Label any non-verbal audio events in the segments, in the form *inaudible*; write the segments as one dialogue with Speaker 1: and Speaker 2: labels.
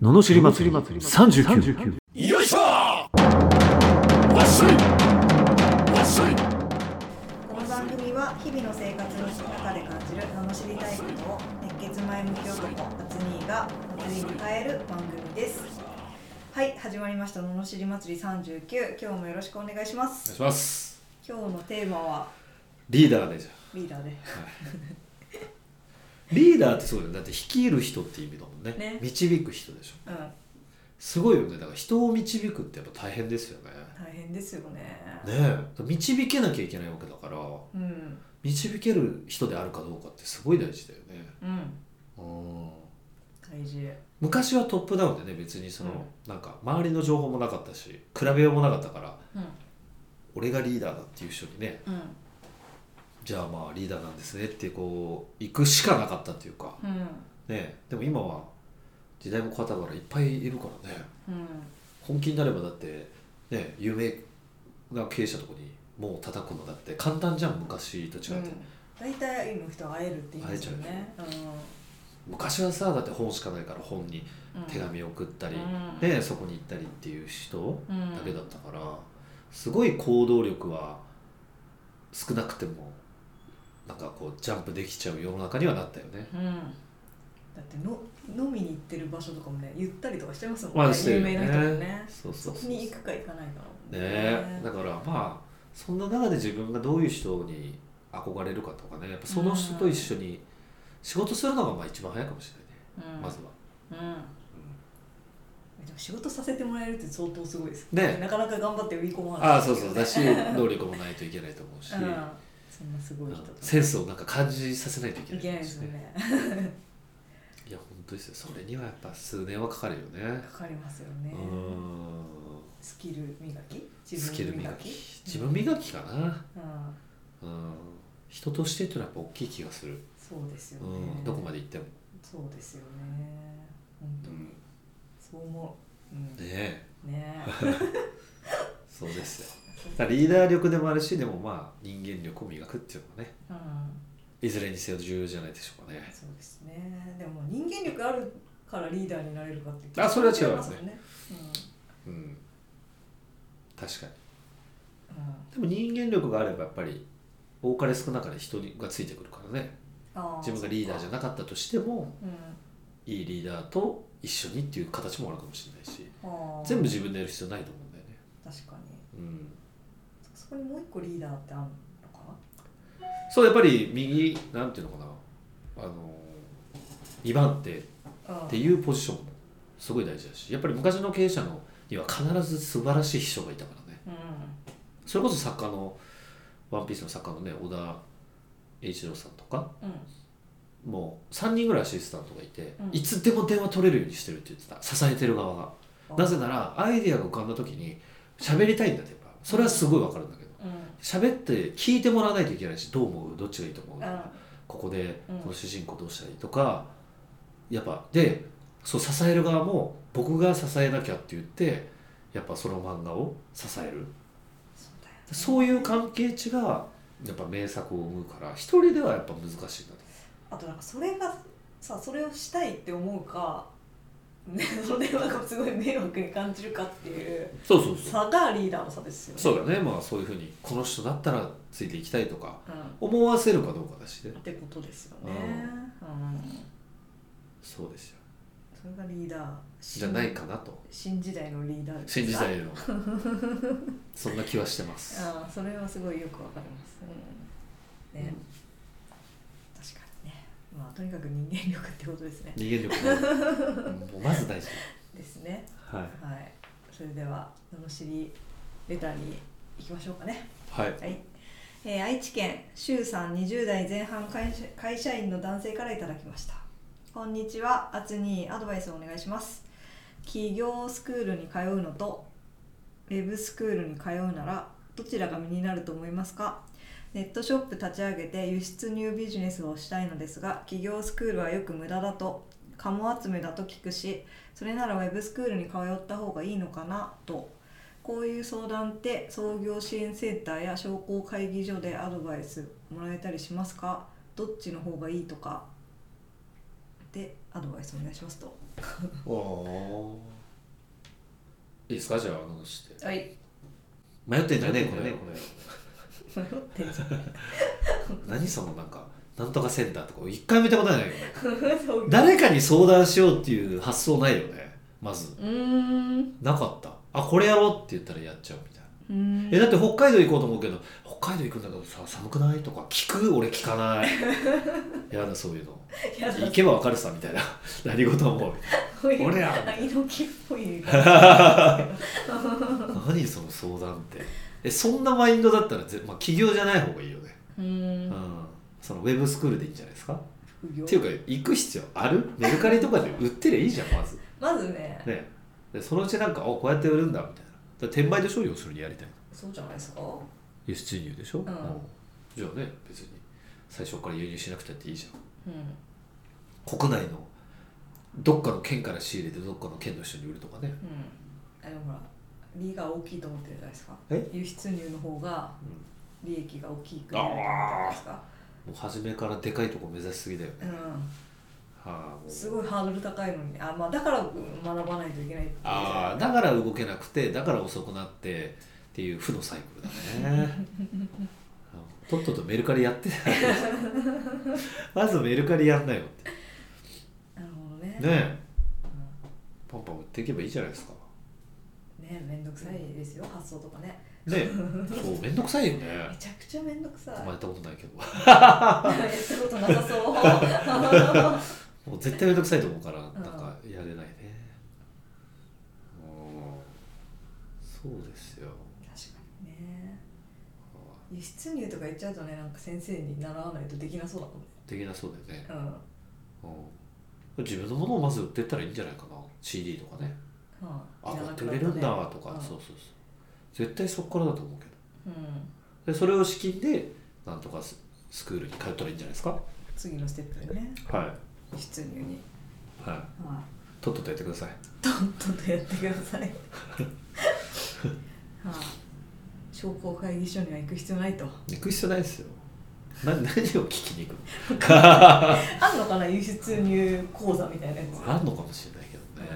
Speaker 1: ののしり祭り39
Speaker 2: よいしょわっしょいわっしょい
Speaker 3: この番組は日々の生活の中で感じる罵りたいことを熱血前向き男夏兄が祭りに変える番組ですはい始まりました罵り祭り39今日もよろしくお願いしま
Speaker 2: お願い
Speaker 3: す
Speaker 2: します
Speaker 3: 今日のテーマは
Speaker 2: リーダーでじゃ
Speaker 3: リーダーで
Speaker 2: んリーダーってそうだよねだって率いる人って意味だもんね
Speaker 3: ね
Speaker 2: 導く人でしょ
Speaker 3: うん
Speaker 2: すごいよねだから人を導くってやっぱ大変ですよね
Speaker 3: 大変ですよね
Speaker 2: ねえ導けなきゃいけないわけだから
Speaker 3: うん
Speaker 2: 導ける人であるかどうかってすごい大事だよね
Speaker 3: うん
Speaker 2: うん
Speaker 3: 大事
Speaker 2: 昔はトップダウンでね別にその、
Speaker 3: う
Speaker 2: なんか周りの情報もなかったし比べようもなかったから
Speaker 3: うん
Speaker 2: 俺がリーダーだっていう人にね
Speaker 3: うん
Speaker 2: じゃあまあリーダーなんですねってこう行くしかなかったっていうか
Speaker 3: うん
Speaker 2: ねでも今は時代も変わったからいっぱいいるからね
Speaker 3: うん
Speaker 2: 本気になればだってね有名な経営者とかにもう叩くのだって簡単じゃん昔と違って、
Speaker 3: 大体の人は会えるって言いますよね
Speaker 2: 昔はさだって本しかないから本に
Speaker 3: うんうん
Speaker 2: 手紙を送ったり、
Speaker 3: うん
Speaker 2: ねそこに行ったりっていう人
Speaker 3: うん
Speaker 2: だけだったから、すごい行動力は少なくてもなんかこうジャンプできちゃう世の中にはなったよね。
Speaker 3: うんだっての飲みに行ってる場所とかもねゆったりとかしてますもんね,、
Speaker 2: まあしてる
Speaker 3: 有
Speaker 2: よね
Speaker 3: 名な人もね
Speaker 2: そうそ
Speaker 3: そうこ
Speaker 2: そう
Speaker 3: に行くか行かないか
Speaker 2: ね
Speaker 3: だもん
Speaker 2: えだからまあそんな中で自分がどういう人に憧れるかとかねやっぱその人と一緒に仕事するのがまあ一番早いかもしれないね、
Speaker 3: うん、
Speaker 2: まずは
Speaker 3: うんでも仕事させてもらえるって相当すごいです
Speaker 2: ね
Speaker 3: なかなか頑張って売り込まない
Speaker 2: ああそうそうだし能力もないといけないと思うし、
Speaker 3: うん、そんなすごい人と
Speaker 2: センスをなんか感じさせないといけ
Speaker 3: い
Speaker 2: ない
Speaker 3: けないで
Speaker 2: ですす
Speaker 3: よ
Speaker 2: ね
Speaker 3: ね
Speaker 2: いや本当ですよそれにはやっぱ数年はかかるよね
Speaker 3: かかりますよね
Speaker 2: うーん
Speaker 3: スキル磨き
Speaker 2: スキル磨き自
Speaker 3: 自
Speaker 2: 分
Speaker 3: 分磨き
Speaker 2: 磨きかな
Speaker 3: うん
Speaker 2: うん人としてっていうのはやっぱ大きい気がする、
Speaker 3: そうですよ
Speaker 2: う
Speaker 3: ね、
Speaker 2: ん、どこまで行っても、
Speaker 3: そうですよね本当に、そう思う、うん、
Speaker 2: ねえ *laughs*
Speaker 3: ね
Speaker 2: そうですよ
Speaker 3: え
Speaker 2: だからリーダー力でもあるしでもまあ人間力を磨くっていうのがね
Speaker 3: うん
Speaker 2: いずれにせよ重要じゃないでしょうかね
Speaker 3: そうですねでも人間力あるからリーダーになれるかって
Speaker 2: あそれは違いますね
Speaker 3: ねね、
Speaker 2: うん確かに
Speaker 3: うんうん、
Speaker 2: でも人間力があればやっぱり多かれ少なかれ人がついてくるからね
Speaker 3: あ
Speaker 2: 自分がリーダーじゃ
Speaker 3: ん
Speaker 2: なかったとしても
Speaker 3: うん
Speaker 2: いいリーダーと一緒にっていう形もあるかもしれないし
Speaker 3: あー
Speaker 2: 全部自分でやる必要ないと思うんだよね
Speaker 3: 確かに
Speaker 2: うん
Speaker 3: そこにもう一個リーダーってあるのか
Speaker 2: そうやっぱり右なんていうのかなあの2番手
Speaker 3: な
Speaker 2: っ
Speaker 3: うん
Speaker 2: ていうポジションもすごい大事だしやっぱり昔の経営者のには必ず素晴らしい秘書がいたからね
Speaker 3: うん
Speaker 2: それこそ作家の「ワンピースの作家のね小田栄一郎さんとか
Speaker 3: うん
Speaker 2: もう3人ぐらいアシスタントがいて、
Speaker 3: うん
Speaker 2: いつでも電話取れるようにしてるって言ってた支えてる側がなぜならアイデアが浮かんだ時に喋りたいんだってやっぱそれはすごいわかるんだけど
Speaker 3: うん
Speaker 2: 喋って聞いてもらわないといけないしどう思うどっちがいいと思う
Speaker 3: うん
Speaker 2: ここで
Speaker 3: うん
Speaker 2: この主人公どうしたらいいとか、やっぱでそう支える側も僕が支えなきゃって言ってやっぱその漫画を支える
Speaker 3: そうだよね
Speaker 2: そういう関係値がやっぱ名作を生むから一人ではやっぱ難しいんだと
Speaker 3: あとなんかそれがさそれをしたいって思うかね、 *laughs* それはなんかすごい迷惑に感じるかっていう
Speaker 2: そうそう
Speaker 3: 差がリーダーの差ですよね
Speaker 2: そうだねまあそういうふうにこの人だったらついていきたいとか
Speaker 3: うん
Speaker 2: 思わせるかどうかだしね
Speaker 3: ってことですよね、うん
Speaker 2: そうですよ
Speaker 3: それがリーダー
Speaker 2: じゃないかなと
Speaker 3: 新時代のリーダーです
Speaker 2: 新時代 *laughs* のそんな気はしてます
Speaker 3: ああそれはすごいよくわかります、うんね、確かにねまあとにかく人間力ってことですね
Speaker 2: 逃げ力がもうまず大事
Speaker 3: ですね
Speaker 2: はい
Speaker 3: はいそれでは罵りレターに行きましょうかね
Speaker 2: はい
Speaker 3: はい、えー愛知県周さん20代前半会社会社員の男性からいただきましたこんにちはあつにアドバイスをお願いします企業スクールに通うのとウェブスクールに通うならどちらが身になると思いますかネットショップ立ち上げて輸出入ビジネスをしたいのですが企業スクールはよく無駄だとカモ集めだと聞くしそれならウェブスクールに通った方がいいのかなとこういう相談って創業支援センターや商工会議所でアドバイスもらえたりしますかどっちの方がいいとかでアドバイスお願いしますと
Speaker 2: おーいいですかじゃああのして
Speaker 3: *laughs* はい
Speaker 2: 迷ってんじゃねえこれ
Speaker 3: 迷ってんじゃん
Speaker 2: 何そのなんかなんとかセンターとか一回も見たことないよね
Speaker 3: そう
Speaker 2: 誰かに相談しようっていう発想ないよねまず
Speaker 3: うーん
Speaker 2: なかったあこれやろうって言ったらやっちゃうみたいな
Speaker 3: うーん
Speaker 2: えだって北海道行こうと思うけど北海道行くんだけどさ寒くないとか聞く俺聞か
Speaker 3: *laughs*
Speaker 2: ないやだそういうの
Speaker 3: やだ
Speaker 2: 行けばわかるさみたいな何事も
Speaker 3: *laughs* そういう
Speaker 2: 俺ら
Speaker 3: あ猪木っぽい
Speaker 2: 何その相談ってえそんなマインドだったらぜ、まあ、起業じゃない方がいいよね、
Speaker 3: う
Speaker 2: う
Speaker 3: ー
Speaker 2: ん
Speaker 3: ん
Speaker 2: そのウェブスクールでいいんじゃないですか
Speaker 3: 副業
Speaker 2: っていうか行く必要あるメルカリとかで売ってりゃいいじゃんまず
Speaker 3: まずね
Speaker 2: ねでそのうちなんかおこうやって売るんだみたいなだから転売でしょ要するにやりたいの
Speaker 3: そうじゃないですか
Speaker 2: 輸出入でしょ、
Speaker 3: ん
Speaker 2: じゃあね別に最初から輸入しなくたっていいじゃん
Speaker 3: うん
Speaker 2: 国内のどっかの県から仕入れてどっかの県の人に売るとかね
Speaker 3: うんあでもほら利が大きいと思ってるじゃないですか
Speaker 2: え
Speaker 3: 輸出入の方が
Speaker 2: うん
Speaker 3: 利益が大きい国だと思ってるじゃないですか
Speaker 2: もう初めからでかいとこ目指しすぎだよね、
Speaker 3: う
Speaker 2: はあも
Speaker 3: ん
Speaker 2: う
Speaker 3: すごいハードル高いのにあまあだからうん学ばないといけないっていう
Speaker 2: ああだから動けなくてだから遅くなってっていう負のサイクルだねあのとっととメルカリやってたらまずメルカリやんなよって
Speaker 3: なるほどね
Speaker 2: ねえ
Speaker 3: う
Speaker 2: パンパン売っていけばいいじゃないですか
Speaker 3: んねめんどくさいですよ発想とかね
Speaker 2: ねえそうめんどくさいよね
Speaker 3: めちゃくちゃめんどくさい
Speaker 2: お前や
Speaker 3: やっ
Speaker 2: ったことないけど
Speaker 3: たことなさ
Speaker 2: *laughs*
Speaker 3: そう
Speaker 2: もう絶対めんどくさいと思うからなん
Speaker 3: ん
Speaker 2: かやれないねうんそうですよ
Speaker 3: 確かにね輸出入とか言っちゃうとねなんか先生に習わないとできなそうだもんね
Speaker 2: できなそうだよね、
Speaker 3: うん
Speaker 2: うん、自分のものをまず売ってったらいいんじゃないかな CD とかねあ
Speaker 3: う
Speaker 2: こ
Speaker 3: んいう
Speaker 2: や
Speaker 3: らな
Speaker 2: って
Speaker 3: く
Speaker 2: 売
Speaker 3: な
Speaker 2: れ
Speaker 3: たね
Speaker 2: るんだとか、
Speaker 3: うん
Speaker 2: そうそうそう絶対そこからだと思うけ
Speaker 3: うん
Speaker 2: どでそれを資金でなんとかススクールに通ったらいいんじゃないですかは
Speaker 3: 次のステップでね
Speaker 2: い、
Speaker 3: 輸出入に
Speaker 2: はい、
Speaker 3: は
Speaker 2: とっととやってください
Speaker 3: いとんととやってく
Speaker 2: *laughs*
Speaker 3: ださいはい商工会議所には行く必要ないと
Speaker 2: 行く必要ないですよな何を聞きに行く
Speaker 3: あんのかな輸出入講座みたいなや
Speaker 2: のあんのかもしれないけどね、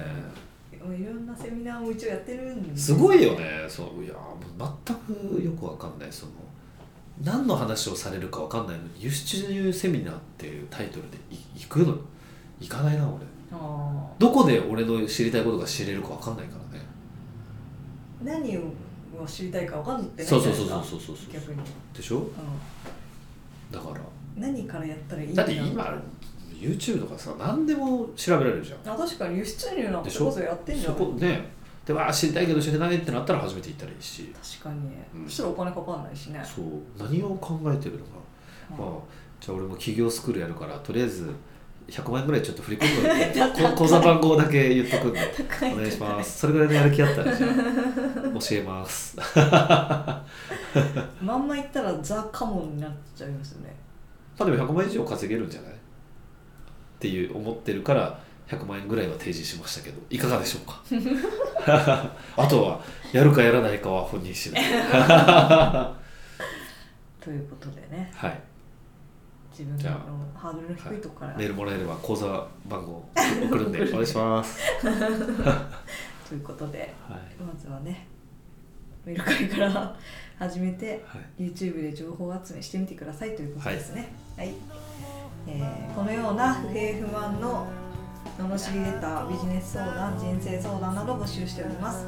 Speaker 3: つもういろんなセミナーも一応やってるんです
Speaker 2: ごいよねそういやもう全くよくわかんないその何の話をされるかわかんないのに「輸出入セミナー」っていうタイトルでい行くの行かないな俺
Speaker 3: あ
Speaker 2: どこで俺の知りたいことが知れるかわかんないからね
Speaker 3: ー何を知りたいか分かんないってないじ
Speaker 2: そ
Speaker 3: ゃ
Speaker 2: う
Speaker 3: ない
Speaker 2: そうそ
Speaker 3: です
Speaker 2: う
Speaker 3: か
Speaker 2: そうそうそうそう
Speaker 3: 逆に、
Speaker 2: でしょ
Speaker 3: う
Speaker 2: だから
Speaker 3: ん、何からやったらいいん
Speaker 2: だって今 YouTube とかさ何でも調べられるじゃん
Speaker 3: あ確かに輸出入なんて
Speaker 2: でしょ
Speaker 3: こそやってんじゃ
Speaker 2: そ
Speaker 3: ん
Speaker 2: こねでわあ知りたいけど知れないってなったら初めて行ったらいいし
Speaker 3: 確かに、
Speaker 2: うん
Speaker 3: そしたらお金かかんないしね
Speaker 2: そう何を考えてるのか、まあ、じゃあ俺も企業スクールやるからとりあえず100万円ぐらいちょっと振り込むの
Speaker 3: *laughs*
Speaker 2: で
Speaker 3: だ
Speaker 2: こ口座番号だけ言っとくん
Speaker 3: *laughs*
Speaker 2: で
Speaker 3: 高い
Speaker 2: お願いしますそれぐらいのやる気あったらじゃあ教えます
Speaker 3: *laughs* まんま言ったらザ・カモンになっちゃいますよね
Speaker 2: まあでも100万円以上稼げるんじゃないっていう思ってるから100万円ぐらいは提示しましたけどいかがでしょ *laughs* うかあとはやるかやらないかは本人次第は
Speaker 3: ということでね
Speaker 2: い
Speaker 3: 自分
Speaker 2: じゃ
Speaker 3: の
Speaker 2: あ
Speaker 3: ハードルの低いとこから、
Speaker 2: メールもらえれば口座番号送るんでお願いします、
Speaker 3: ということで
Speaker 2: はい
Speaker 3: まずはねメルカリから始めて
Speaker 2: はい
Speaker 3: YouTube で情報集めしてみてくださいということですねはい、えーこのような不平不満の罵りレタービジネス相談人生相談など募集しております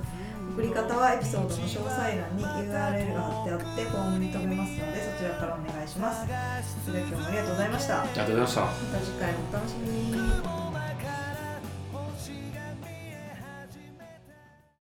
Speaker 3: 送り方はエピソードの詳細欄に URL が貼ってあってフォームに飛べますのでそちらからお願いしますそれでは今日もありがとうございましたま
Speaker 2: ありがとうございました
Speaker 3: た次回もお楽しみに